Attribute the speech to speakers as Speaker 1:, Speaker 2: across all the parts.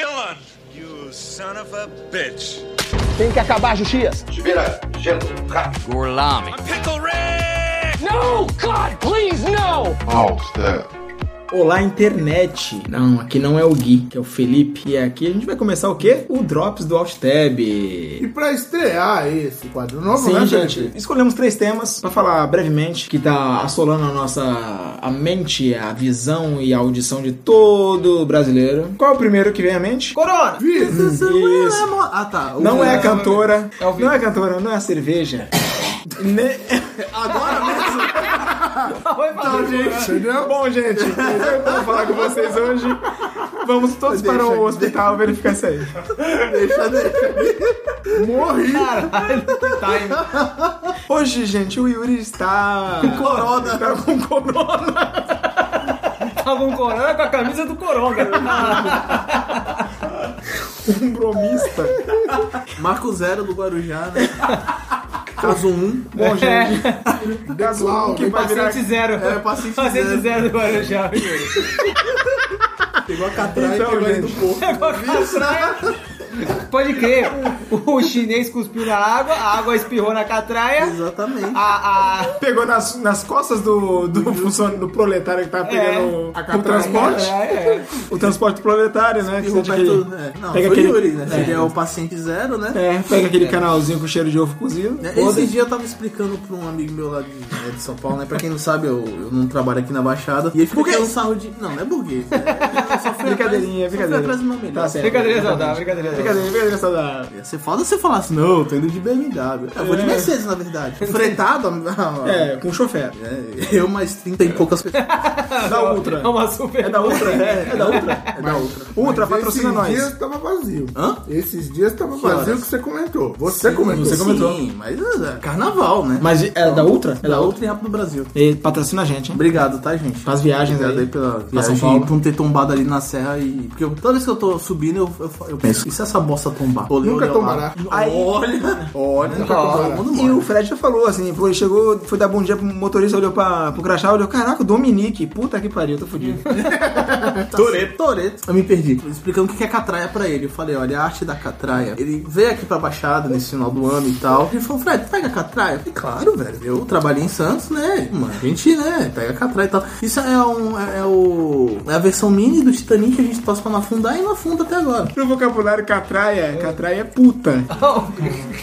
Speaker 1: on, you son of a bitch.
Speaker 2: Tem que acabar a justiça.
Speaker 3: Espera, gelo, rápido.
Speaker 4: Gorlami.
Speaker 1: Pickle Rick!
Speaker 2: No, God, please, no!
Speaker 3: All step.
Speaker 5: Olá, internet! Não, aqui não é o Gui, que é o Felipe. E aqui a gente vai começar o quê? O Drops do Altstab.
Speaker 6: E pra estrear esse quadro novo,
Speaker 5: Sim,
Speaker 6: né,
Speaker 5: gente. Escolhemos três temas pra falar brevemente, que tá assolando a nossa a mente, a visão e a audição de todo brasileiro. Qual é o primeiro que vem à mente?
Speaker 6: Corona! Isso.
Speaker 5: Isso.
Speaker 6: Ah, tá. O-
Speaker 5: Não é a cantora,
Speaker 6: É o Vitor.
Speaker 5: não é a cantora, não é a cerveja. Ne- Tá,
Speaker 6: Agora mesmo? Então, gente, entendeu?
Speaker 5: Bom, gente, eu vou falar com vocês hoje. Vamos todos
Speaker 6: Deixa-
Speaker 5: para o hospital verificar isso aí.
Speaker 6: Deixa, deixa. Morri.
Speaker 5: Hoje, gente, o Yuri está.
Speaker 6: Corona.
Speaker 5: Tá com corona.
Speaker 7: Tava um corona com a camisa do coronga.
Speaker 5: Um bromista.
Speaker 6: Marco Zero do Guarujá, né? Caso 1. Um.
Speaker 5: Bom, gente, caso um,
Speaker 6: Clown,
Speaker 5: que vai virar.
Speaker 7: É. Paciente zero.
Speaker 6: É, paciente
Speaker 5: Então,
Speaker 6: zero.
Speaker 7: zero do Guarujá, Yuri.
Speaker 6: Pegou a catraia
Speaker 5: Então,
Speaker 6: e pegou ele do
Speaker 5: gente.
Speaker 6: corpo. Isso, né?
Speaker 7: Pode crer. O chinês cuspiu na água, a água espirrou na catraia.
Speaker 6: Exatamente.
Speaker 7: A, a,
Speaker 5: Pegou nas, nas costas do, do funcionário, do proletário que tava pegando
Speaker 6: a
Speaker 5: o
Speaker 6: catraia.
Speaker 5: transporte.
Speaker 7: é, é.
Speaker 5: O transporte do proletário, né? Que
Speaker 6: E o
Speaker 5: você tinha que-
Speaker 6: Roberto. É, não,
Speaker 5: pega
Speaker 6: foi
Speaker 5: aquele-
Speaker 6: o Yuri, né? Ele é o paciente zero, né?
Speaker 5: É, pega aquele canalzinho com cheiro de ovo cozido.
Speaker 6: Né,
Speaker 5: Foda-se.
Speaker 6: Esse dia eu tava explicando pra um amigo meu lá de, é, de São Paulo, né? Pra quem não sabe, eu, eu não trabalho aqui na Baixada. E ele ficou tirando sarro de. Não, não é burguês. Né? Eu Só fui
Speaker 5: Brincadeirinha,
Speaker 6: atrás, só
Speaker 5: brincadeirinha.
Speaker 6: fui atrás do meu melhor.
Speaker 5: Tá certo.
Speaker 7: Brincadeira saudável, brincadeira saudável.
Speaker 5: Brincadeira, brincadeira saudável.
Speaker 6: Ia ser foda se eu falasse, assim? não, eu tô indo de BMW. Eu vou de
Speaker 5: É.
Speaker 6: Mercedes, na verdade. Fretado. a- a-
Speaker 5: É, com chofer.
Speaker 6: é, Eu mais 30 e poucas pessoas.
Speaker 5: Da Ultra.
Speaker 7: É uma super.
Speaker 5: É da Ultra, é, é da Ultra.
Speaker 6: É da outra.
Speaker 5: Ultra, patrocina
Speaker 8: Esses
Speaker 5: nós.
Speaker 8: dias tava vazio.
Speaker 6: Hã?
Speaker 8: Esses dias tava
Speaker 6: Que
Speaker 8: vazio
Speaker 6: horas?
Speaker 8: que você comentou. Você comentou.
Speaker 5: você comentou.
Speaker 6: Sim, mas é, é carnaval, né?
Speaker 5: Mas é da Ultra?
Speaker 6: É da outra e rápido no Brasil.
Speaker 5: E patrocina a gente, hein?
Speaker 6: Obrigado, tá, gente?
Speaker 5: Faz viagens
Speaker 6: Obrigado
Speaker 5: aí.
Speaker 6: aí pela
Speaker 5: Pra São
Speaker 6: viagem
Speaker 5: Paulo.
Speaker 6: e por não ter tombado ali na serra e. Porque eu- toda vez que eu tô subindo, eu, eu, eu penso, e se essa bosta tombar? Olê,
Speaker 8: Nunca
Speaker 6: olê,
Speaker 8: tombará.
Speaker 6: olá. Aí, olha, olha, nunca tombará. Todo mundo
Speaker 5: E o
Speaker 6: morre.
Speaker 5: Fred já falou assim, pô, ele chegou, foi dar bom dia pro motorista, olhou pra, pro crachá, olhou, caraca, o Dominique, puta que pariu, tô fudido.
Speaker 6: Toreto. tá Toreto. Eu me perdi. Explicando o que é catraia pra ele. Eu falei, olha, a arte da catraia. Ele veio aqui pra Baixada nesse final do ano e tal. Ele falou, Fred, pega a catraia. Eu falei, claro, velho. Eu trabalhei em Santos, né? Mano, a gente, né? Pega a catraia e tal. Isso é um. É, é o. É a versão mini do Titanic que a gente passa pra não afundar e não afunda até agora.
Speaker 5: No vocabulário catraia, catraia é puta. Não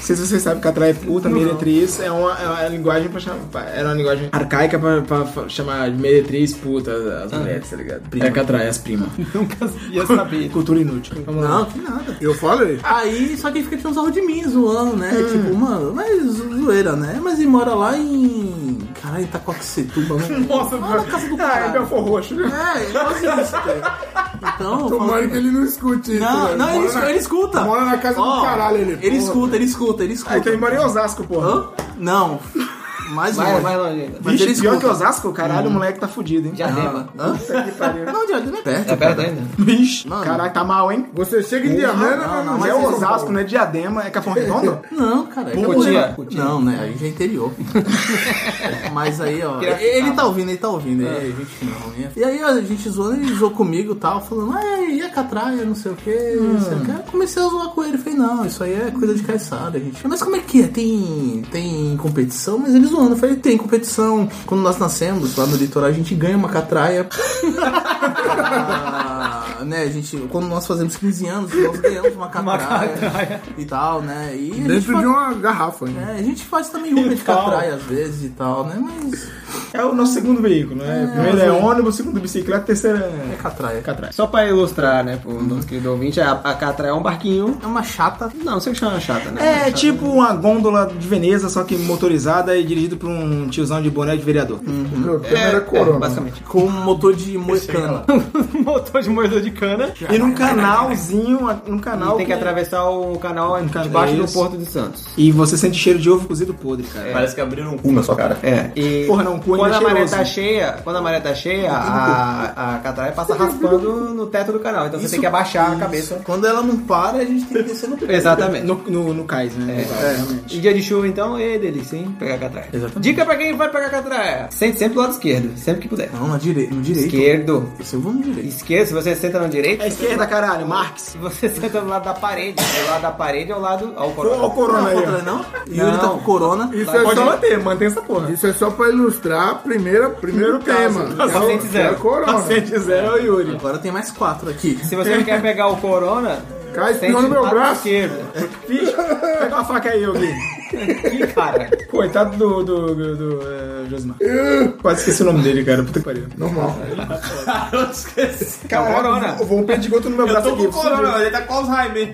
Speaker 5: sei se vocês sabem, catraia é puta, meretriz é uma, é uma linguagem pra chamar. pra- Era uma linguagem arcaica pra, pra fa- chamar de meretriz puta as mulheres, tá ligado? É catraia, as primas.
Speaker 7: Ah. Nunca ia saber.
Speaker 5: Cultura inútil. Vamos lá.
Speaker 6: Não, que nada.
Speaker 8: Eu falei.
Speaker 6: Aí, só que ele fica tirando sarro de mim, zoando, né? Tipo, mano, mas zoeira, né? Mas ele mora lá em. Caralho, Itacoaxetuba, né? Nossa, lá na casa do
Speaker 5: Ah, é
Speaker 6: caralho.
Speaker 5: Belfor Roxo, né?
Speaker 6: É, ele gosta disso, cara. Então, eu falo-
Speaker 8: Tomara que ele não escute isso. né?
Speaker 6: Não,
Speaker 8: velho.
Speaker 6: não, ele,
Speaker 8: Mora
Speaker 6: escu-
Speaker 8: na-
Speaker 6: ele escuta.
Speaker 8: Mora na casa
Speaker 6: Ó,
Speaker 8: do caralho, ele.
Speaker 6: Ele escuta, ele escuta, ele escuta.
Speaker 5: Ah, então ele mora em Osasco, porra.
Speaker 6: Hã? Não. Mais
Speaker 7: Vai,
Speaker 6: longe.
Speaker 7: vai longe ainda.
Speaker 6: Mas ele
Speaker 5: Vixe, pior que
Speaker 6: escuta.
Speaker 5: Osasco, caralho, o moleque tá fudido, hein?
Speaker 7: Diadema.
Speaker 6: Hã? Não, de não é perto.
Speaker 7: É perto ainda.
Speaker 5: Vixe,
Speaker 6: Mano.
Speaker 5: caraca, tá mal, hein?
Speaker 8: Você chega em Diamante,
Speaker 6: não,
Speaker 5: Mas
Speaker 6: não, mas
Speaker 5: é
Speaker 6: vocês são
Speaker 8: né?
Speaker 5: Osasco, não é Diadema, é Capão Redondo?
Speaker 6: Não, cara. é
Speaker 7: Cotia,
Speaker 6: que eu-
Speaker 7: Cotia.
Speaker 6: Não, né? Aí já é interior. Mas aí, ó.
Speaker 7: Queria-
Speaker 6: Ele tá ouvindo, ele tá ouvindo. aí, a gente não, né? E aí a gente zoando, ele zoou comigo e tal, falando, ah, e a catraia, não sei o que, não sei o que. Eu comecei a zoar com ele, falei, não, isso aí é coisa de caçada, gente. Mas como é que é? Tem, tem competição? Mas ele zoando, eu falei, tem competição. Quando nós nascemos lá no litoral, a gente ganha uma catraia. Ah, né, a gente, quando nós fazemos 15 anos, nós ganhamos uma catraia, e tal, né? E a gente
Speaker 8: dentro
Speaker 6: fala-
Speaker 8: de uma garrafa, né?
Speaker 6: é, a gente faz também Uber de catraia às vezes e tal, né? Mas
Speaker 5: É o nosso segundo veículo, né? Primeiro é ônibus, segundo bicicleta, terceiro
Speaker 6: é
Speaker 5: é
Speaker 6: catraia.
Speaker 5: catraia.
Speaker 7: Só pra ilustrar, né, pro nosso querido ouvinte, a, a Catra é um barquinho.
Speaker 6: É uma chata.
Speaker 7: Não, não sei o que chama chata, né?
Speaker 5: É tipo uma gôndola de Veneza, só que motorizada e dirigido por um tiozão de boné de vereador.
Speaker 8: Meu tema era corona.
Speaker 7: basicamente.
Speaker 6: Com um motor de moicana.
Speaker 8: é
Speaker 7: Motor de moedor de cana.
Speaker 5: Né? E num canalzinho, num canal.
Speaker 7: E tem que atravessar é o canal debaixo do
Speaker 5: Isso.
Speaker 7: Porto de Santos.
Speaker 5: E você sente cheiro de ovo cozido podre, cara.
Speaker 3: Parece que abriram um cu na sua cara.
Speaker 7: É. E...
Speaker 5: Porra, não, cu cu
Speaker 7: quando
Speaker 5: ainda
Speaker 7: a maré
Speaker 5: cheiroso.
Speaker 7: tá cheia, quando a maré tá cheia, a, a catraia passa raspando no teto do canal. Então você tem que abaixar a cabeça.
Speaker 6: Quando ela não para, a gente tem que descer no pé.
Speaker 7: Exatamente.
Speaker 5: No, no, no cais, né? Exatamente.
Speaker 7: Em dia de chuva, então, é delícia, hein? Pegar catraia. Exatamente. Dica pra quem vai pegar catraia. Sente sempre do lado esquerdo, sempre que puder.
Speaker 6: É. Não, na direita. No direito.
Speaker 7: Esquerdo.
Speaker 6: Esse eu vou no direito.
Speaker 7: Esquerdo, se você senta no direito,
Speaker 5: É esquerda, caralho, Marx.
Speaker 7: se você senta do lado da parede. O lado da parede é o lado... Ó, o
Speaker 8: Olha o
Speaker 7: coronel.
Speaker 8: corona
Speaker 6: Não,
Speaker 8: aí. ó.
Speaker 6: contra não. E ele tá com corona.
Speaker 8: Isso é,
Speaker 5: Pode
Speaker 8: só,
Speaker 5: manter, mantém essa porra.
Speaker 8: isso é só pra ilustrar a primeira, primeiro tema.
Speaker 7: Paciente
Speaker 8: é, o- é
Speaker 7: zero.
Speaker 8: o corona.
Speaker 5: Paciente zero é o Yuri.
Speaker 6: Agora tem mais quatro aqui.
Speaker 7: Se você não quer pegar o corona,
Speaker 8: Cai
Speaker 7: sente
Speaker 8: espião
Speaker 7: do
Speaker 8: no meu
Speaker 7: lado
Speaker 8: braço.
Speaker 7: esquerdo.
Speaker 5: Vixe, pega uma faca aí, Yogi.
Speaker 7: Que cara. É
Speaker 5: Coitado do, do, do, do eh, Josimar. Quase esqueci o nome dele, cara. Puta que pariu.
Speaker 8: Normal.
Speaker 5: Ah,
Speaker 7: É o corona.
Speaker 8: Eu vou um pedigoto no meu braço aqui.
Speaker 4: ele tá com Alzheimer.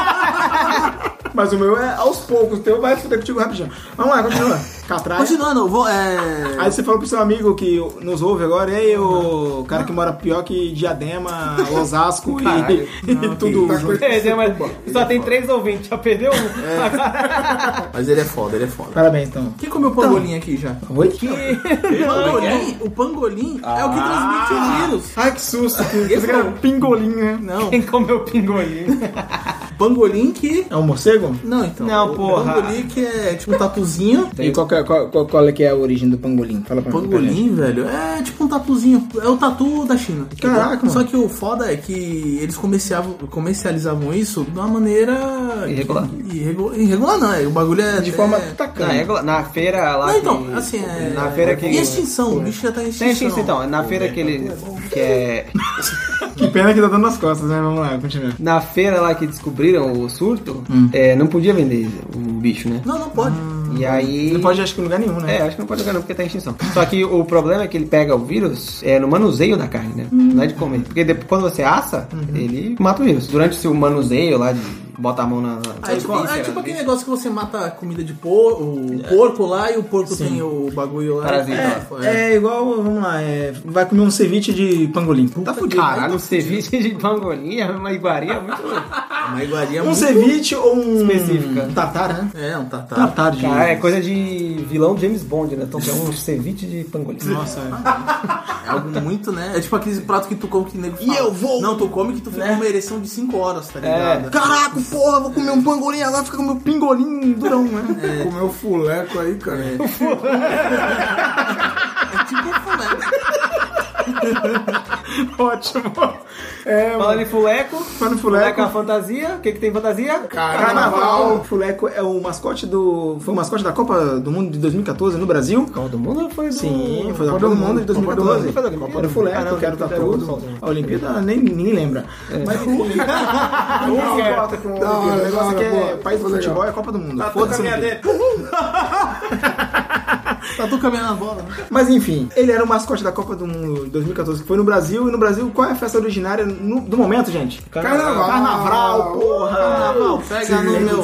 Speaker 5: Mas o meu é aos poucos. O teu vai fuder contigo rapidinho. Vamos lá, continua. Catraia.
Speaker 6: Continuando, eu vou. É...
Speaker 5: Aí você falou pro seu amigo que nos ouve agora, ei, o cara que mora pior que Diadema, Osasco e, e tudo junto.
Speaker 7: Perdeu, mas só tem três ouvintes, já perdeu um.
Speaker 6: É. Mas ele é foda, ele é foda.
Speaker 5: Parabéns, então.
Speaker 6: Quem comeu pangolim aqui já?
Speaker 5: Oi?
Speaker 8: é
Speaker 6: Pangolim, o pangolim é o que
Speaker 8: Ah.
Speaker 6: transmite o vírus.
Speaker 5: Ai, que susto. Esse
Speaker 6: Esse
Speaker 5: cara
Speaker 6: cara
Speaker 5: é pingolim, né?
Speaker 6: Não,
Speaker 7: Quem comeu pingolim?
Speaker 6: pangolim que.
Speaker 5: É um morcego?
Speaker 6: Não, então.
Speaker 7: Não,
Speaker 6: o
Speaker 7: porra.
Speaker 6: Pangolim que é tipo um tatuzinho.
Speaker 5: E qual, que é- qual, qual, qual é que é a origem do pangolim? Fala pra mim.
Speaker 6: Pangolim, velho, é tipo um tatuzinho. É o tatu da China.
Speaker 5: Caraca, mano.
Speaker 6: Só que o foda é que eles comerciavam- comercializavam isso de uma maneira.
Speaker 7: Irregular.
Speaker 6: Irregu- Irregular não, é. O bagulho é.
Speaker 5: De forma
Speaker 6: é-
Speaker 5: tacana.
Speaker 7: Na, égua- na feira lá.
Speaker 6: Não,
Speaker 7: que-
Speaker 6: então, assim, é.
Speaker 7: Na feira que.
Speaker 6: Em extinção, o bicho já tá em
Speaker 7: Tem
Speaker 6: extinção.
Speaker 7: extinção, então. Na feira que ele. Que é.
Speaker 5: Que pena que tá dando nas costas, né? Vamos lá, continua.
Speaker 7: Na feira lá que descobriram o surto, é, não podia vender o bicho, né?
Speaker 6: Não, não pode.
Speaker 7: E aí.
Speaker 5: Não pode, acho que, em lugar nenhum, né?
Speaker 7: É, acho que não pode jogar não, porque tá em extinção. Só que o problema é que ele pega o vírus é, no manuseio da carne, né?
Speaker 5: Uhum.
Speaker 7: Não é de comer. Porque depois, quando você assa, ele mata o vírus. Durante o seu manuseio lá de bota a mão na. na
Speaker 6: Aí,
Speaker 7: na-
Speaker 6: tipo, é tipo aquele negócio que você mata a comida de por, o porco lá e o porco tem o bagulho lá.
Speaker 7: É. Parasita.
Speaker 6: É, é.
Speaker 5: É igual, vamos lá, é, vai comer um ceviche de pangolim.
Speaker 6: tipo,
Speaker 5: Tá fudido.
Speaker 7: Ah, Caralho, o ceviche de pangolim é uma iguaria muito É.
Speaker 6: Uma iguaria
Speaker 5: Um
Speaker 6: muito...
Speaker 5: ceviche ou um...
Speaker 7: específica.
Speaker 5: Um tatar, né?
Speaker 6: É, um tatar.
Speaker 5: Tatar de...
Speaker 7: Cara, é coisa de vilão James Bond, né? Então tem um ceviche de pangolim.
Speaker 5: Nossa,
Speaker 6: É algo muito, né? É tipo aquele prato que tu come que o nego fala.
Speaker 5: eu vou- né?
Speaker 6: Não, tu come que tu fica com uma ereção de 5 horas, tá
Speaker 7: É.
Speaker 6: ligado?
Speaker 5: Caraca, porra, vou comer um pangolim agora, fica com meu pingolim durão, né?
Speaker 8: Comeu fuleco aí, cara.
Speaker 6: É tipo um fuleco.
Speaker 5: Ótimo. É,
Speaker 7: Falando em fuleco,
Speaker 5: Falando em um fuleco.
Speaker 7: fuleco é uma fantasia. O que, que tem fantasia?
Speaker 5: Carnaval. O Fuleco é o mascote do. Foi o mascote da Copa do Mundo de 2014 no Brasil.
Speaker 7: Carnaval do mundo foi do...
Speaker 5: Sim, foi da Copa do Mundo de 2014. Copa do Fuleco, eu quero tá tudo. A Olimpíada nem, ninguém lembra. Mas o
Speaker 8: Da hora,
Speaker 5: o
Speaker 8: da
Speaker 5: negócio
Speaker 8: hora,
Speaker 5: aqui é
Speaker 8: boa.
Speaker 5: país do futebol é a Copa do Mundo. Foda-se.
Speaker 6: Tá tu caminhando na bola, né?
Speaker 5: Mas enfim, ele era o mascote da Copa do Mundo de 2014, que foi no Brasil. E no Brasil, qual é a festa originária no- do momento, gente?
Speaker 8: Carnaval.
Speaker 5: Carnaval, porra!
Speaker 6: Carnaval,
Speaker 5: Tá
Speaker 6: pega no meu...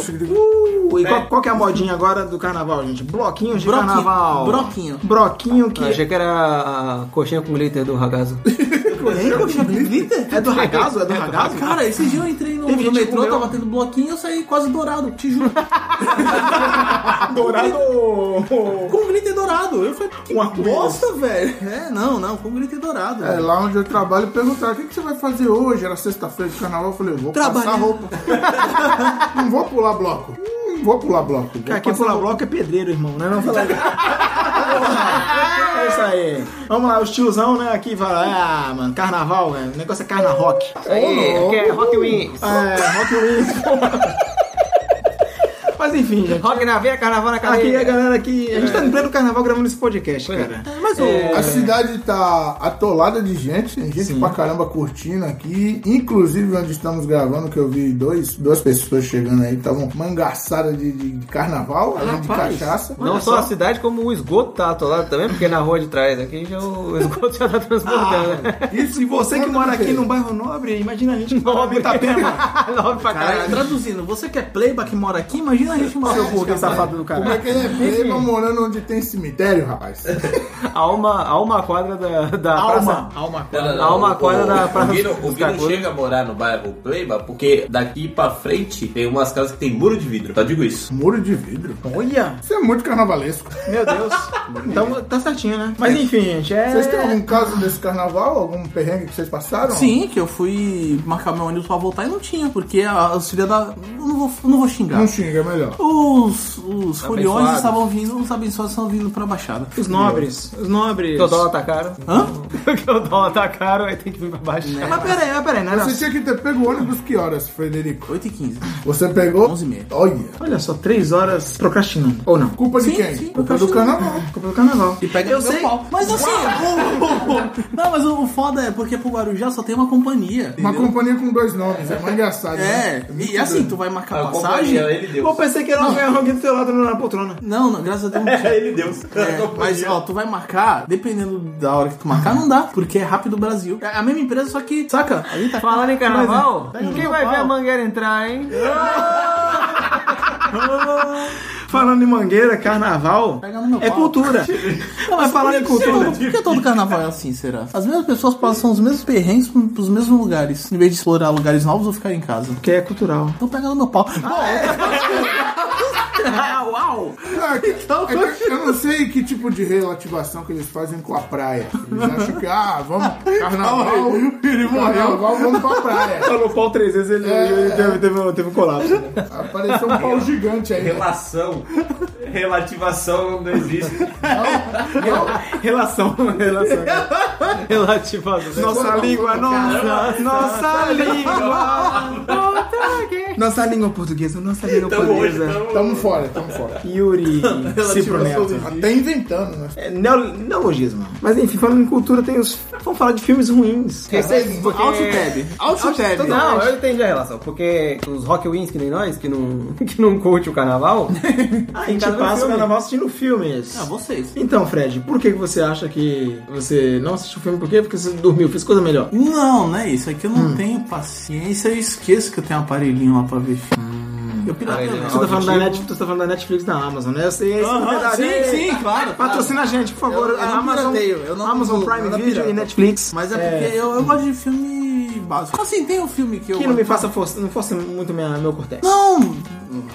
Speaker 5: Uh, e qual, qual que é a modinha agora do carnaval, gente? Bloquinhos de
Speaker 6: Broquinho.
Speaker 5: carnaval.
Speaker 6: Broquinho.
Speaker 5: Broquinho Ah, que
Speaker 7: Achei que era a coxinha com glitter do ragazzo.
Speaker 6: Tem coxinha com glitter?
Speaker 5: é do ragazo, é do ragazo?
Speaker 6: Ah, Cara, esse dia eu entrei no,
Speaker 5: Teve
Speaker 6: no
Speaker 5: gente que
Speaker 6: metrô,
Speaker 5: comeu.
Speaker 6: tava tendo bloquinho, eu saí quase dourado, te juro.
Speaker 5: Dourado!
Speaker 6: com glitter dourado. Eu falei, que
Speaker 5: Um arco-íris.
Speaker 6: bosta, velho. É, não, não, com glitter dourado.
Speaker 8: É, lá onde eu trabalho, perguntaram, o que, que você vai fazer hoje? Era sexta-feira de carnaval, eu falei, vou
Speaker 6: Trabalhar.
Speaker 8: passar roupa. não vou pular bloco. Não vou pular bloco. Vou
Speaker 5: Cara, quem
Speaker 8: passar
Speaker 5: pula bloco é pedreiro, irmão, né? Não fala É isso aí. Vamos lá, os tiozão, né, aqui fala, ah, mano, carnaval, velho. O negócio é carna rock.
Speaker 7: Aí, que é Rock Wings.
Speaker 5: É, rock wins, porra. Mas enfim, gente.
Speaker 7: Rock na veia, carnaval na
Speaker 5: Aqui é a
Speaker 7: cadeia.
Speaker 5: galera que. A gente tá no pleno carnaval gravando esse podcast, cara. É.
Speaker 6: Mas o...
Speaker 8: A cidade tá atolada de gente, tem gente pra caramba curtindo aqui. Inclusive, onde estamos gravando, que eu vi dois, duas pessoas chegando aí, estavam mangaçadas de, de- de carnaval, além de cachaça.
Speaker 7: Não só a cidade, como o esgoto tá atolado também, porque na rua de trás aqui já o esgoto já tá transbordando. né?
Speaker 5: E você que mora aqui num bairro nobre, imagina a gente que mora em Itapema.
Speaker 7: Nove pra
Speaker 6: Cara,
Speaker 7: caralho.
Speaker 6: traduzindo, você que é playba que mora aqui,
Speaker 8: é
Speaker 6: imagina a gente morar
Speaker 5: Seu burro, que é safado
Speaker 8: Como
Speaker 5: do caralho.
Speaker 8: é que ele é feio, mas morando onde tem cemitério, rapaz?
Speaker 7: a uma, a uma quadra da, da
Speaker 5: Alma.
Speaker 7: praça.
Speaker 5: Alma.
Speaker 7: Há uma quadra da
Speaker 4: O
Speaker 7: Praça
Speaker 4: Guino,
Speaker 7: dos
Speaker 4: o Guino
Speaker 7: Cacos.
Speaker 4: chega a morar no bairro Playba porque daqui pra frente tem umas casas que tem muro de vidro. Só digo isso.
Speaker 8: Muro de vidro.
Speaker 5: Olha!
Speaker 8: Isso é muito carnavalesco.
Speaker 5: Meu Deus. então tá certinho, né? Mas enfim, gente, é...
Speaker 8: Vocês têm algum caso desse carnaval? Algum perrengue que vocês passaram?
Speaker 6: Sim, que eu fui marcar meu ônibus pra voltar e não tinha, porque as filhas da. Eu não vou, eu não vou xingar.
Speaker 8: Não xinga, é melhor.
Speaker 6: Os, os foliões estavam vindo, os abençoados estavam vindo pra Baixada.
Speaker 5: Os nobres, os nobres.
Speaker 7: Porque o dólar tá caro.
Speaker 6: Hã?
Speaker 7: Porque o dólar tá caro, aí tem que vir pra baixo.
Speaker 5: Mas peraí, mas peraí, né?
Speaker 8: Você tinha que ter pego o ônibus que horas, Frederico?
Speaker 6: 8 e 15.
Speaker 8: Você pegou?
Speaker 6: 11 e meia.
Speaker 8: Olha.
Speaker 5: Olha só, três horas procrastinando. Ou não?
Speaker 8: Culpa de
Speaker 6: Sim,
Speaker 8: quem?
Speaker 6: sim,
Speaker 8: Culpa do
Speaker 6: procrastinando.
Speaker 8: carnaval.
Speaker 5: Culpa do carnaval.
Speaker 6: E pega eu sei. Mas assim, o- o- o- não, mas o, o foda é porque pro Guarujá só tem uma companhia.
Speaker 8: Uma
Speaker 6: entendeu?
Speaker 8: companhia com dois nomes, é mais engraçado. né?
Speaker 6: É,
Speaker 8: muito
Speaker 6: e assim,
Speaker 8: doido.
Speaker 6: tu vai marcar
Speaker 4: A
Speaker 6: passagem.
Speaker 4: companhia, ele deu.
Speaker 5: Eu pensei que era alguém do teu lado na poltrona.
Speaker 6: Não, não, graças a Deus. não tinha.
Speaker 4: Ele deu.
Speaker 6: É, mas ó, tu vai marcar, dependendo da hora que tu marcar, não dá, porque é rápido Brasil. É a mesma empresa, só que, saca? A gente tá
Speaker 7: Falando em carnaval,
Speaker 5: tá
Speaker 6: Mas, é.
Speaker 7: quem vai ver a mangueira entrar, hein?
Speaker 5: Falando em mangueira, carnaval,
Speaker 6: Pega no meu
Speaker 5: é
Speaker 6: pau.
Speaker 5: cultura.
Speaker 6: Não, mas
Speaker 5: falando em cultura.
Speaker 6: Por que todo carnaval é assim, será? As mesmas pessoas passam os mesmos perrengues pro- pros mesmos lugares, em vez de explorar lugares novos ou ficar em casa.
Speaker 5: Porque é cultural.
Speaker 6: Então pega no meu pau. Bom,
Speaker 8: Ah, que- é que eu não sei que tipo de relativação que eles fazem com a praia. Eles acham que, ah, vamos, carnaval, ele morreu. Carnaval, vamos pra praia.
Speaker 5: Falou pau três vezes, ele, ele teve, teve um- teve um colapso.
Speaker 8: Apareceu um pau gigante aí.
Speaker 4: Relação. Relativação não existe.
Speaker 5: Relação, relação.
Speaker 7: Relativamente.
Speaker 5: Nossa língua, nossa, nossa língua. Nossa língua portuguesa, nossa língua portuguesa.
Speaker 8: Tamo fora, tamo fora. Tá
Speaker 5: Yuri Cipro Neto.
Speaker 8: Até inventando, né?
Speaker 5: É neo- neologismo. Mas enfim, falando em cultura, tem os. Vamos falar de filmes ruins.
Speaker 6: Alt-tab. Alt-tab.
Speaker 7: Não, eu entendi a relação. Porque os rock wins que nem nós, que não, que não curte o carnaval,
Speaker 5: A gente
Speaker 7: Cada
Speaker 5: passa o
Speaker 7: filme.
Speaker 5: carnaval assistindo filmes.
Speaker 6: Ah, vocês.
Speaker 5: Então, Fred, por que que você acha que você não assistiu o filme? Por quê? Porque você dormiu, fez coisa melhor.
Speaker 6: Não, não é isso. É que eu não tenho paciência. Eu esqueço que eu tenho um aparelhinho lá pra ver filme. eu pirateio.
Speaker 5: Você tá, falando da Net, você tá falando da Netflix da Amazon, né? Eu sei, isso é
Speaker 6: Aham,
Speaker 5: verdade.
Speaker 6: Sim, sim, claro.
Speaker 5: Patrocina a gente, por favor.
Speaker 6: Eu- eu não
Speaker 5: A Amazon,
Speaker 6: pirateio, eu não-
Speaker 5: Amazon
Speaker 6: eu não
Speaker 5: Prime Video
Speaker 6: pirata.
Speaker 5: e Netflix.
Speaker 6: Mas é porque eu, eu gosto de filme básico. Assim, tem um filme que eu.
Speaker 5: Que não me faça força, não força muito minha, meu cortex.
Speaker 6: Não!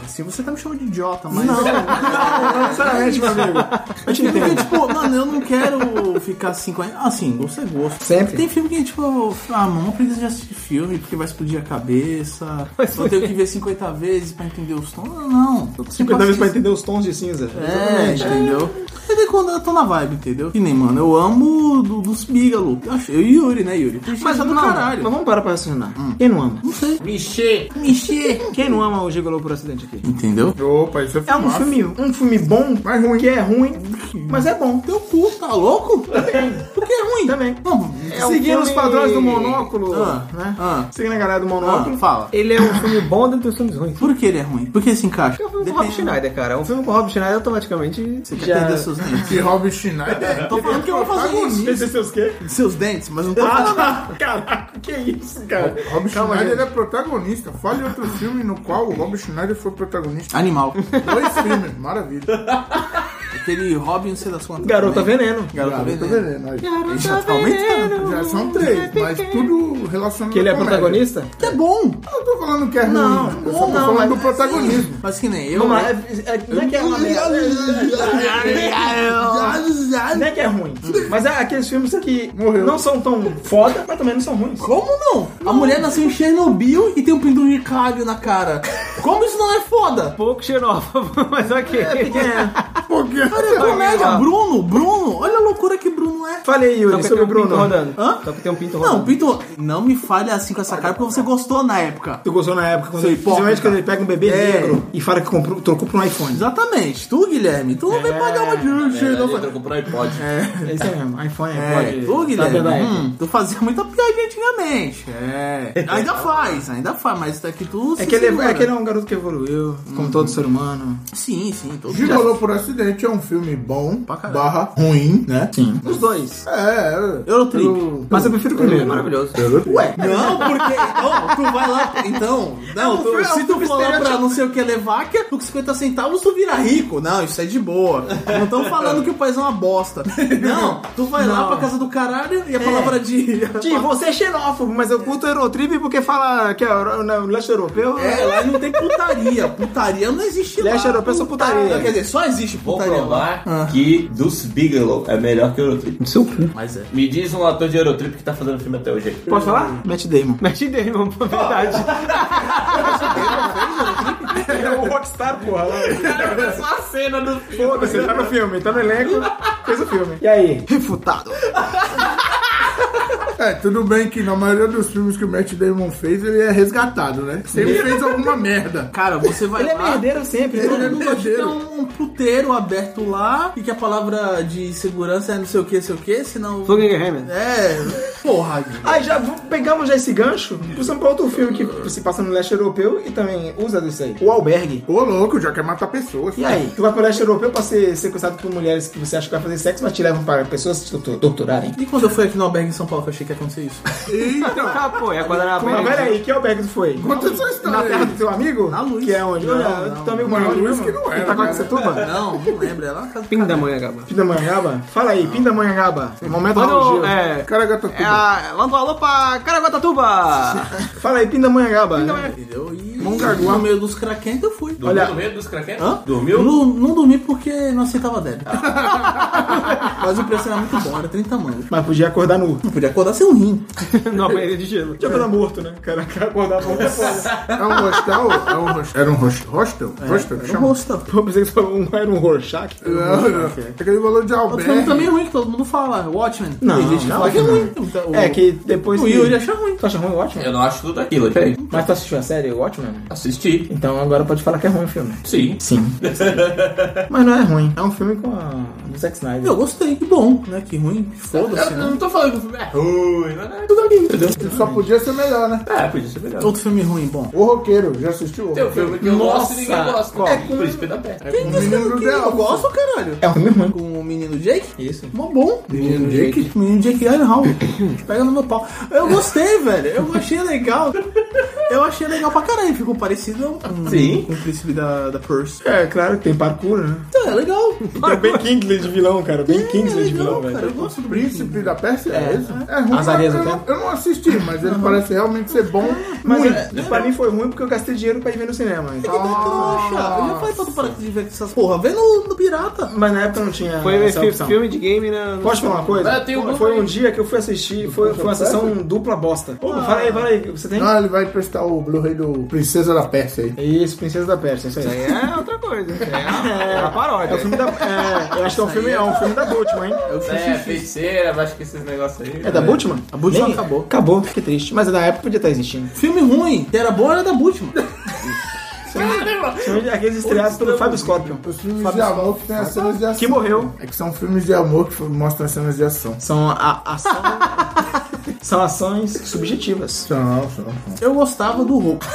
Speaker 6: Assim você tá me chamando de idiota, mas. Não,
Speaker 5: não, sinceramente, meu amigo. A gente
Speaker 6: Porque,
Speaker 5: entende.
Speaker 6: tipo, mano, eu não quero ficar 50. Assim, gosto é gosto.
Speaker 5: Sempre.
Speaker 6: Tem filme que, tipo, ah, mano, não precisa de assistir filme porque vai explodir a cabeça. Vou ter que ver 50 vezes pra entender os tons. Não, não. Eu tô sem
Speaker 5: 50 vezes pra
Speaker 6: paciência.
Speaker 5: entender os tons de cinza.
Speaker 6: É, entendeu? É de quando eu tô na vibe, entendeu? Que nem, mano, eu amo do, dos Bigalo. Eu acho- eu e Yuri, né, Yuri? Mas é do
Speaker 5: não,
Speaker 6: caralho.
Speaker 5: Mas vamos parar pra raciocinar. Quem não ama?
Speaker 6: Hum. Não sei.
Speaker 4: Mexer.
Speaker 6: Mexer.
Speaker 5: Quem não ama o Gigolô por acidente aqui?
Speaker 6: Entendeu?
Speaker 8: Opa, isso é
Speaker 5: É um
Speaker 8: fumaça.
Speaker 5: filme, um filme bom, mas ruim. que é ruim, mas é bom.
Speaker 6: Teu cu, tá louco? Porque é ruim.
Speaker 5: Também.
Speaker 6: Não,
Speaker 5: É um Seguindo os
Speaker 7: filme-
Speaker 5: padrões do monóculo,
Speaker 6: Ah,
Speaker 5: né?
Speaker 6: ah.
Speaker 5: Seguindo a galera do
Speaker 6: Ah,
Speaker 5: monóculo.
Speaker 6: fala.
Speaker 7: ele é um filme bom dentro dos filmes ruins.
Speaker 6: Por que ele é ruim? Por que se encaixa?
Speaker 7: É um filme com o Rob
Speaker 6: Depende-
Speaker 7: Schneider, cara. Um filme com o Rob Schneider automaticamente.
Speaker 6: Você quer
Speaker 5: Já-
Speaker 6: perder seus dentes?
Speaker 8: Que Rob Schneider.
Speaker 6: Tô falando que eu vou fazer isso.
Speaker 5: Esses seus quê?
Speaker 6: Seus dentes, mas não
Speaker 5: Ah,
Speaker 6: tô falando.
Speaker 5: Caraca, que isso, cara?
Speaker 8: Rob Schneider é protagonista. Fale outro filme no qual o Rob Schneider foi protagonista.
Speaker 6: Animal.
Speaker 8: Dois filmes, maravilha.
Speaker 6: Aquele Robin, não sei das quantas.
Speaker 5: Garota
Speaker 6: também.
Speaker 5: veneno.
Speaker 6: Garota
Speaker 8: Eu tô
Speaker 6: Veneno.
Speaker 8: vendo,
Speaker 5: né?
Speaker 8: aí.
Speaker 6: Ele já tá aumentando.
Speaker 8: Já
Speaker 5: um
Speaker 8: são três, mas tudo relacionado
Speaker 5: Que ele é
Speaker 8: à comédia.
Speaker 5: protagonista?
Speaker 6: Que é bom.
Speaker 8: Eu não tô falando que é ruim,
Speaker 5: Não,
Speaker 8: eu só tô
Speaker 5: não,
Speaker 8: falando
Speaker 5: mas- é assim.
Speaker 8: do protagonismo.
Speaker 6: Mas que nem eu.
Speaker 5: Não,
Speaker 6: né?
Speaker 5: mas é- é- não é que é uma merda. Não é que é ruim. Mas é aqueles filmes que
Speaker 8: Morreu.
Speaker 5: não são tão foda, mas também não são ruins.
Speaker 6: Como não? A mulher nasceu em Chernobyl e tem um pendurão de calho na cara. Como isso não é foda?
Speaker 7: Pouco xenófobo, mas ok.
Speaker 5: É,
Speaker 8: Porque
Speaker 6: Cara, é comédia. Bruno, Bruno. Olha a loucura que Bruno é.
Speaker 7: Só
Speaker 5: Falei, Yuri,
Speaker 7: porque tem
Speaker 5: sobre o
Speaker 7: um pinto
Speaker 5: Bruno.
Speaker 7: rodando.
Speaker 6: Hã?
Speaker 7: Só porque tem um pinto
Speaker 6: Não,
Speaker 7: rodando.
Speaker 6: Pinto, não me fale assim com essa cara porque você gostou na época.
Speaker 5: Tu gostou na época, quando
Speaker 6: Seu
Speaker 5: ele,
Speaker 6: hipócrita.
Speaker 5: principalmente quando ele pega um bebê
Speaker 6: É.
Speaker 5: negro e fala que comprou, trocou por um iPhone.
Speaker 6: Exatamente. Tu, Guilherme, tu não vem pagar uma dívida.
Speaker 4: Trocou pro iPod.
Speaker 5: É isso aí mesmo, iPhone,
Speaker 6: É,
Speaker 5: iPod.
Speaker 6: tu,
Speaker 5: tá vendo
Speaker 6: Guilherme,
Speaker 5: aí?
Speaker 6: hum, tu fazia muita piadinha antigamente. É. Ainda faz, ainda faz, mas daqui tu
Speaker 5: É
Speaker 6: se
Speaker 5: que, ele,
Speaker 6: segura.
Speaker 5: é que ele é um garoto que evoluiu, como todo ser humano.
Speaker 6: Sim, sim, todo mundo.
Speaker 8: Gigolô por acidente. Resident é um filme bom, barra ruim, né?
Speaker 5: Sim.
Speaker 6: Os dois.
Speaker 8: É,
Speaker 6: Eurotrip.
Speaker 8: eu-
Speaker 5: Mas eu prefiro o primeiro.
Speaker 2: Maravilhoso.
Speaker 6: Ué, não, porque. Não, tu vai lá. Então, não, tu-
Speaker 9: filme- é um
Speaker 6: se tu
Speaker 9: filme
Speaker 6: for lá pra
Speaker 9: estereotipo.
Speaker 6: não sei o que levar, que com 50 centavos tu vira rico. Não, isso é de boa. Não estão falando que o país é uma bosta. Não, tu vai lá pra casa do caralho e a palavra de.
Speaker 5: Sim, você é xenófobo, mas eu curto Eurotrip porque fala que é euro- na- o leste europeu.
Speaker 6: É, lá não tem putaria. Putaria não existe lá.
Speaker 5: Leste europeu é só putaria.
Speaker 6: Não, Quer dizer, só existe
Speaker 2: Vou
Speaker 6: putaria. lá.
Speaker 2: provar
Speaker 7: Ah.
Speaker 2: que Dulce Bigelow é melhor que Eurotrip.
Speaker 7: Do seu cu.
Speaker 6: Mas é.
Speaker 2: Me diz um ator de Eurotrip que tá fazendo filme até hoje. aí.
Speaker 5: Posso falar?
Speaker 6: Matt Damon.
Speaker 7: Mas te dei, irmão, pra verdade.
Speaker 5: É o Rockstar, porra. Lá.
Speaker 2: Só a cena do filme.
Speaker 5: Foda-se, ele tá no filme, tá no elenco, fez o filme. E aí?
Speaker 6: Refutado.
Speaker 8: É, tudo bem que na maioria dos filmes que o Matt Damon fez, ele é resgatado, né? Sempre fez alguma merda.
Speaker 6: Cara, você vai
Speaker 7: Ele é
Speaker 6: lá.
Speaker 7: merdeiro sempre.
Speaker 6: Todo
Speaker 7: né?
Speaker 8: é
Speaker 6: mundo acha que é
Speaker 8: merdeiro.
Speaker 6: um puteiro aberto lá e que a palavra de segurança é não sei o que, sei o que, senão.
Speaker 7: Flugger Hammer.
Speaker 6: É. Porra, Gui.
Speaker 5: Aí já v- pegamos já esse gancho, puxamos pra outro filme que se passa no leste europeu e também usa disso aí. O Albergue.
Speaker 8: Ô, louco, já quer matar pessoas.
Speaker 5: E aí? Tu vai pro leste europeu pra ser sequestrado por mulheres que você acha que vai fazer sexo, mas te levam para pessoas te tortu- torturarem.
Speaker 6: E quando eu fui aqui no albergue em São Paulo, que eu achei que ia acontecer isso.
Speaker 7: Ah, pô,
Speaker 5: é
Speaker 7: e agora era
Speaker 5: Mas
Speaker 7: bem-
Speaker 5: peraí, que Albergue tu foi?
Speaker 8: Conta essa história
Speaker 5: Na
Speaker 8: aí.
Speaker 5: terra do teu amigo? Na
Speaker 6: luz.
Speaker 5: Que é onde?
Speaker 6: Não,
Speaker 5: Olha,
Speaker 6: não.
Speaker 5: teu amigo
Speaker 8: Na
Speaker 5: mora onde
Speaker 8: luz
Speaker 5: mesmo?
Speaker 8: que não era,
Speaker 5: Em Itacoaticetuba?
Speaker 6: Não, não lembro, é lá na casa do
Speaker 7: Fim da
Speaker 6: cara.
Speaker 7: manhã, Gaba.
Speaker 5: Pindamonhangaba? Fala aí, Pindamonhangaba. Momento Raul
Speaker 7: Manda
Speaker 5: Gil.
Speaker 7: é.
Speaker 8: Cara, gata,
Speaker 7: É a... Manda um alô pra Caraguatatuba!
Speaker 5: Fala aí, Pindamonhangaba.
Speaker 6: Entendeu? E
Speaker 8: Mongaguá.
Speaker 6: no meio dos craquentos eu fui.
Speaker 2: Dormiu
Speaker 5: Olha-
Speaker 2: no meio dos craquetes?
Speaker 6: Hã?
Speaker 2: Dormiu?
Speaker 6: Não, não dormi porque não aceitava débito. Mas o preço era muito bom, era 30 mangos.
Speaker 5: Mas podia acordar nu.
Speaker 6: Não podia acordar sem um rim.
Speaker 7: Nova banheira de gelo.
Speaker 5: Podia acordar morto, né? Cara, cara, acordar morto é foda.
Speaker 8: é um hostel? É um hostel. Era um hostel? Hostel? Hostel? que
Speaker 6: Era um
Speaker 8: chama?
Speaker 6: rosto.
Speaker 5: Pô, pensei que você falou um era um Rorschach.
Speaker 8: Não, não. É Aquele valor de
Speaker 6: Outro filme
Speaker 8: albergue.
Speaker 6: também ruim que todo mundo fala, Watchmen.
Speaker 5: Não,
Speaker 6: Tem gente que
Speaker 5: não,
Speaker 6: fala que é
Speaker 5: não.
Speaker 6: ruim. Então, o-
Speaker 5: É, que depois...
Speaker 6: O
Speaker 5: que-
Speaker 6: Yuri acha ruim.
Speaker 5: Tu acha ruim o Watchmen?
Speaker 2: Eu não acho tudo aquilo, ok?
Speaker 5: Mas tu assistiu a série Watchmen?
Speaker 2: Assisti.
Speaker 5: Então agora pode falar que é ruim o filme.
Speaker 2: Sim.
Speaker 5: Sim. Mas não é ruim. É um filme com a... do Zack Snyder.
Speaker 6: Eu gostei, que bom, né? Que ruim, que foda-se,
Speaker 2: Eu
Speaker 6: né?
Speaker 2: não tô falando que o filme é ruim, mas é tudo ali, entendeu?
Speaker 8: Só podia ser melhor, né?
Speaker 2: É, podia ser melhor.
Speaker 6: Outro filme ruim, bom.
Speaker 8: O roqueiro, já assistiu?
Speaker 2: Tem um filme que eu
Speaker 6: Nossa.
Speaker 2: gosto e ninguém gosta.
Speaker 5: Qual?
Speaker 2: É com o Príncipe da Pé.
Speaker 6: Quem disse que
Speaker 8: Menino
Speaker 6: eu,
Speaker 8: do
Speaker 6: que eu
Speaker 8: Delphi.
Speaker 6: gosto, caralho?
Speaker 5: É um filme ruim.
Speaker 6: Com o menino Jake?
Speaker 5: Isso.
Speaker 6: Mó bom.
Speaker 8: Menino Jake?
Speaker 6: Menino Jake Hall. Pega no meu pau. Eu gostei, velho. Eu achei legal. Eu achei legal pra caralho. Ficou parecido com,
Speaker 2: Sim.
Speaker 6: com o príncipe da, da Purse.
Speaker 5: É, claro que tem parkour, né?
Speaker 6: Então, é legal.
Speaker 5: Tem o Ben Kingsley de vilão, cara. O Ben
Speaker 6: É
Speaker 5: Kingsley de vilão,
Speaker 6: legal,
Speaker 5: velho.
Speaker 6: cara. Eu gosto do príncipe.
Speaker 8: Príncipe da Pérsia é, Uhum. isso? É ruim.
Speaker 5: As
Speaker 8: mas
Speaker 5: areias
Speaker 8: eu,
Speaker 5: do
Speaker 8: não, eu não assisti, mas ele parece realmente ser bom.
Speaker 5: Mas
Speaker 8: muito.
Speaker 5: é, pra mim foi ruim porque eu gastei dinheiro pra ir ver no cinema.
Speaker 6: Que
Speaker 5: Então...
Speaker 6: da é trouxa. Eu já falei pra tu parar de ver essas porra. Vê no, no Pirata.
Speaker 5: Mas na época não tinha
Speaker 7: Foi
Speaker 5: essa é
Speaker 7: fi-
Speaker 5: opção.
Speaker 7: filme de game na...
Speaker 5: Posso falar uma coisa?
Speaker 2: Ah, tem um
Speaker 5: foi
Speaker 2: grupo
Speaker 5: um dia que eu fui assistir, foi, foi uma sessão dupla bosta. Pô, fala aí, fala aí, você tem?
Speaker 8: Não, ele vai prestar o Blu-ray do Princesa da Pérsia aí.
Speaker 5: Isso, Princesa da Pérsia, isso aí.
Speaker 7: É outra coisa. É uma paródia.
Speaker 5: É o filme da. É, eu acho que é um filme, é um filme da Bultman, hein?
Speaker 2: É, feiticeira, acho que esses negócios aí. né?
Speaker 5: É da Bultman?
Speaker 6: A Bultman
Speaker 5: Nem-
Speaker 6: acabou.
Speaker 5: Acabou, que triste. Mas na época podia estar existindo.
Speaker 6: Filme ruim, que era bom, era da Bultman.
Speaker 5: São Aqueles estreados pelo Fábio Scorpion.
Speaker 8: Os filmes de amor que tem as cenas de ação.
Speaker 5: Que morreu.
Speaker 8: É que são filmes de amor que mostram as cenas de ação.
Speaker 5: São a, ação. São ações subjetivas.
Speaker 8: São, são,
Speaker 6: Eu gostava do Hulk.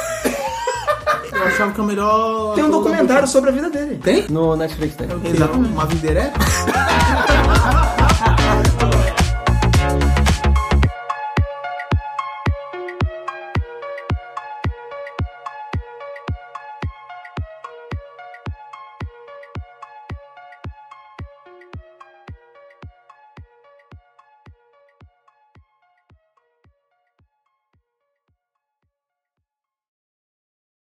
Speaker 6: Eu achava que é o melhor.
Speaker 5: Tem um documentário sobre a vida
Speaker 7: É.
Speaker 5: dele.
Speaker 6: né?
Speaker 7: No Netflix tem.
Speaker 6: Exato, uma videira é?